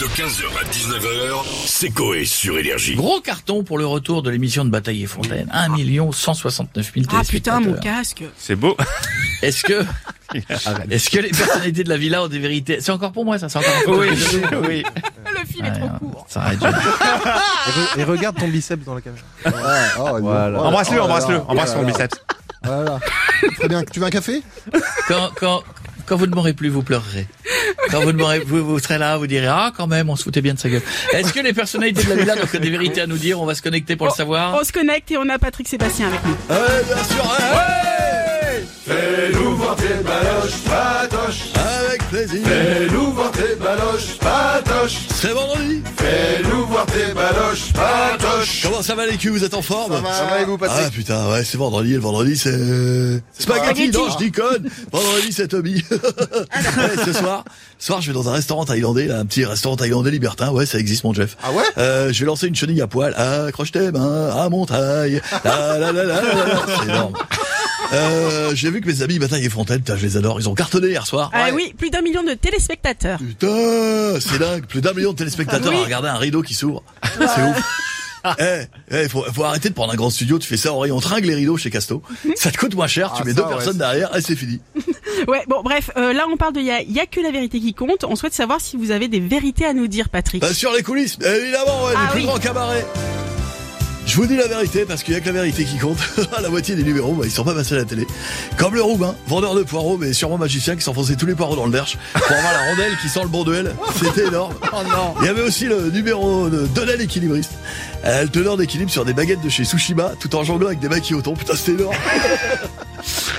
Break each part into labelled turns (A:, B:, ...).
A: De 15h à 19h, c'est Coé sur Énergie.
B: Gros carton pour le retour de l'émission de Bataille et Fontaine. 1 169 000
C: Ah putain,
B: téléspectateurs.
C: mon casque.
D: C'est beau.
B: Est-ce que, est-ce que les personnalités de la villa ont des vérités? C'est encore pour moi, ça, c'est encore Oui, oui.
C: Ah, Le fil est trop court.
B: Ça arrête jamais.
E: Et, re- et regarde ton biceps dans la caméra.
F: Voilà.
D: Embrasse-le,
F: Oh là
D: embrasse-le,
F: là.
D: embrasse
F: Oh
D: son
F: là là.
D: biceps.
F: Voilà. Très bien. Tu veux un café
B: Quand, quand, quand vous ne m'aurez plus, vous pleurerez. Quand vous ne m'aurez, vous, vous serez là, vous direz, ah, quand même, on se foutait bien de sa gueule. Est-ce que les personnalités de la villa ont des vérités à nous dire? On va se connecter pour le savoir.
C: On se connecte et on a Patrick Sébastien avec nous.
B: Eh, bien sûr, eh,
G: Fais-nous voir tes baloches, patoches.
B: avec plaisir.
G: Fais-nous voir tes baloches, patoches.
B: C'est vendredi.
G: Fais-nous voir tes baloches, patoches.
B: Comment ça va les culs? Vous êtes en forme?
F: Ça va et vous,
B: Ah putain, ouais, c'est vendredi, et le vendredi c'est... euh, Spaghetti, non, je dis conne Vendredi c'est Tommy
F: Ah,
B: Ouais, Ce soir, ce soir je vais dans un restaurant thaïlandais, là, un petit restaurant thaïlandais libertin, ouais ça existe mon Jeff.
F: Ah ouais
B: Euh, je vais lancer une chenille à poil, accroche tes mains à mon taille, la la la la la la. c'est énorme. Euh, j'ai vu que mes amis Bataille et Fontaine, putain, je les adore, ils ont cartonné hier soir.
C: Ah oui, plus d'un million de téléspectateurs.
B: Putain, c'est dingue. Plus d'un million de téléspectateurs à regarder un rideau qui s'ouvre. C'est ouf. Eh, eh, faut, faut arrêter de prendre un grand studio, tu fais ça en rayon, on tringue les rideaux chez Casto.
C: Mhm.
B: Ça te coûte moins cher, tu
F: Ah,
B: mets
F: ça,
B: deux
F: ouais,
B: personnes
F: c'est-
B: derrière et c'est fini.
C: Ouais, bon, bref, euh, là on parle de il y a, y a que la vérité qui compte. On souhaite savoir si vous avez des vérités à nous dire, Patrick.
B: Bah, sur les coulisses, évidemment, ouais,
C: Ah
B: le plus
C: oui.
B: grand cabaret. Je vous dis la vérité parce qu'il y a que la vérité qui compte. la moitié des numéros, bah, ils sont pas passés à la télé. Comme le Roumain, vendeur de poireaux, mais sûrement magicien qui s'enfonçait tous les poireaux dans le derche pour avoir la rondelle qui sent le bon duel. C'était énorme.
C: Oh
B: Il y avait aussi le numéro de Donald équilibriste. Elle teneur d'équilibre sur des baguettes de chez Sushima tout en jonglant avec des maquis au thon. Putain, c'était énorme.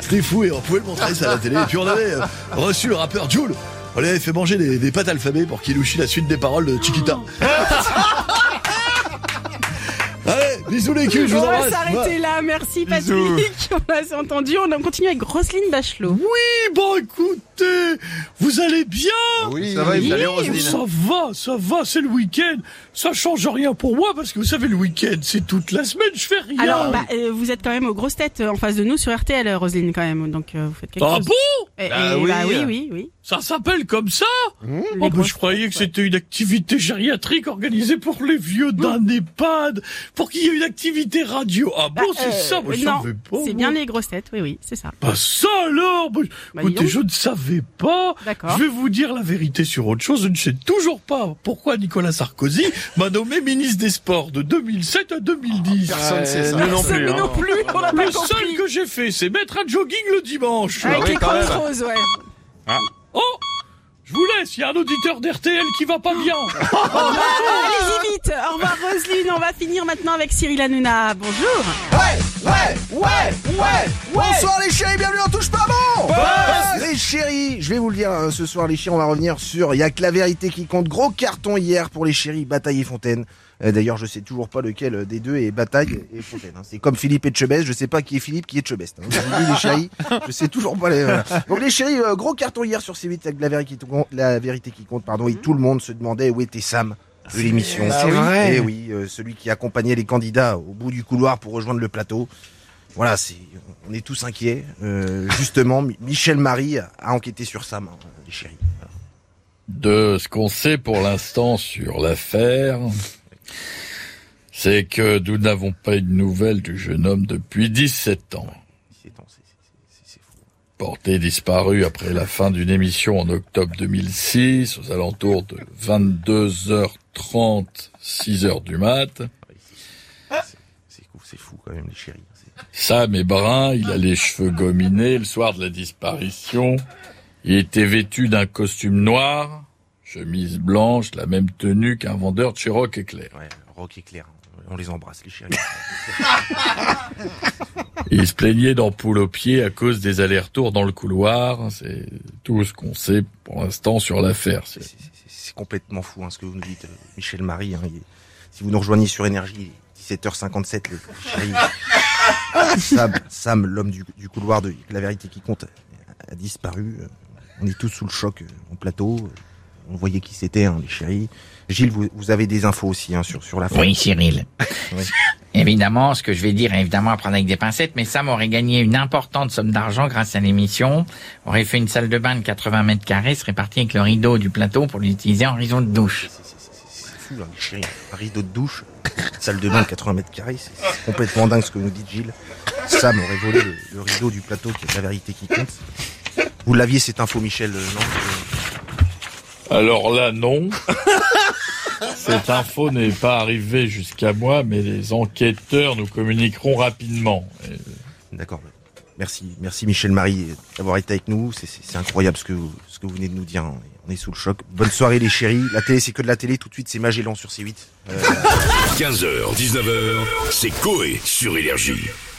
B: C'était fou et on pouvait le montrer ça à la télé. Et puis on avait euh, reçu le rappeur Jules. On lui avait fait manger des, des pâtes alphabet pour qu'il louchit la suite des paroles de Chiquita. Allez, bisous les culs, je
C: on
B: vous
C: va
B: embrasse.
C: s'arrêter là, merci Patrick. On a entendu, on continue avec Roselyne Bachelot.
B: Oui, bon écoutez, vous allez bien
F: Oui.
E: Ça va,
F: oui.
E: vous allez,
C: Oh,
B: Ça
E: Roselyne
B: va, ça va, c'est le week-end. Ça change rien pour moi parce que vous savez, le week-end, c'est toute la semaine, je fais rien.
C: Alors, bah, euh, vous êtes quand même aux grosses têtes euh, en face de nous sur RTL, euh, Roselyne, quand même. Donc, euh, vous faites quelque
B: ah
C: chose.
B: bon
C: Eh, eh,
E: Bah oui.
C: bah oui, oui, oui.
B: Ça s'appelle comme ça
C: Les
B: Oh, bah,
C: grosses
B: je croyais que
C: têtes, ouais.
B: c'était une activité gériatrique organisée pour les vieux d'un EHPAD, pour qu'il y ait une activité radio. Ah bon,
C: Bah,
B: c'est ça,
C: euh,
B: moi, je
C: non,
B: savais pas.
C: C'est
B: moi.
C: bien les grosses têtes, oui, oui, c'est ça.
B: Bah, ça alors bah,
C: Bah, dis
B: Écoutez,
C: donc.
B: je ne savais pas.
C: D'accord.
B: Je vais vous dire la vérité sur autre chose. Je ne sais toujours pas pourquoi Nicolas Sarkozy m'a nommé ministre des Sports de 2007 à 2010.
C: Ah,
F: Personne ne sait Ah, ça.
D: Nous non
C: Personne,
D: plus.
C: mais
D: hein.
C: non plus, on n'a pas
B: Le seul
C: compris.
B: que j'ai fait, c'est mettre un jogging le dimanche.
C: Avec
E: oui,
C: les
E: quand
C: grosses
E: même.
C: roses, ouais.
B: Oh Je vous laisse, il y a un auditeur d'RTL qui va
C: Oh.
B: pas bien.
C: Allez-y vite Au revoir Roselyne, on va finir maintenant avec Cyril Hanouna. Bonjour
F: Bonsoir les chéris, bienvenue en touche pas bon. Les chéris, je vais vous le dire hein, ce soir les chéris, on va revenir sur il y a que la vérité qui compte. Gros carton hier pour les chéris Bataille et Fontaine. Euh, D'ailleurs, je sais toujours pas lequel euh, des deux est Bataille et Fontaine. hein. C'est comme Philippe et Chebest, je sais pas qui est Philippe, qui est Chebest. hein. Je vous dis, les chéris, je sais toujours pas les. voilà. Donc les chéris, euh, gros carton hier sur C8 avec la vérité qui compte, la vérité qui compte pardon, et tout le monde se demandait où était Sam de l'émission.
E: Mmh. c'est vrai.
F: Eh oui, euh, celui qui accompagnait les candidats au bout du couloir pour rejoindre le plateau. Voilà, c'est, on est tous inquiets. Euh, justement, Mi- Michel Marie a enquêté sur Sam, hein, les chéris.
H: De ce qu'on sait pour l'instant sur l'affaire, c'est que nous n'avons pas eu de nouvelles du jeune homme depuis 17 ans.
F: C'est- c'est- c'est- c'est fou.
H: Porté disparu après la fin d'une émission en octobre 2006, aux alentours de 22h30, 6h du mat.
F: C'est fou, c'est fou quand même, les chéris. C'est-
H: Sam est brun, il a les cheveux gominés. Le soir de la disparition, il était vêtu d'un costume noir, chemise blanche, la même tenue qu'un vendeur de chez Rock Éclair.
F: Ouais, Rock et Claire, on les embrasse, les chéris.
H: Il se plaignait d'ampoule au pied à cause des allers-retours dans le couloir. C'est tout ce qu'on sait pour l'instant sur l'affaire.
F: C'est- c'est- c'est- C'est complètement fou hein, ce que vous nous dites, euh, Michel Marie. hein, il est- si vous nous rejoignez sur Énergie, 17h57, les chéris. Sam, Sam, l'homme du, du couloir de La Vérité qui compte, a disparu. Euh, On est tous sous le choc euh, en plateau. euh, On voyait qui c'était, hein, les chéris. Gilles, vous, vous avez des infos aussi hein, sur, sur la fin.
I: Oui, Cyril.
F: Oui.
D: Évidemment, ce que je vais dire, est évidemment, à prendre avec des pincettes, mais Sam aurait gagné une importante somme d'argent grâce à l'émission, aurait fait une salle de bain de 80 mètres carrés, serait parti avec le rideau du plateau pour l'utiliser en raison de douche.
F: Fou, hein, chérie. Un rideau de douche, salle de bain de 80 mètres carrés, c'est c'est complètement dingue ce que nous dit Gilles. Sam aurait volé le, le rideau du plateau qui est la vérité qui compte. Vous l'aviez cette info, Michel, euh, non Euh,
H: Alors là, non. Cette info n'est pas arrivée jusqu'à moi, mais les enquêteurs nous communiqueront rapidement. Et
F: Euh, D'accord. Merci, merci Michel Marie d'avoir été avec nous. C'est- C'est c'est incroyable ce que, vous, ce que vous venez de nous dire. On est, on est sous le choc. Bonne soirée les chéris. La télé, c'est que de la télé. Tout de suite, c'est Magellan sur C8.
A: 15h, 19h, c'est Coé sur Énergie.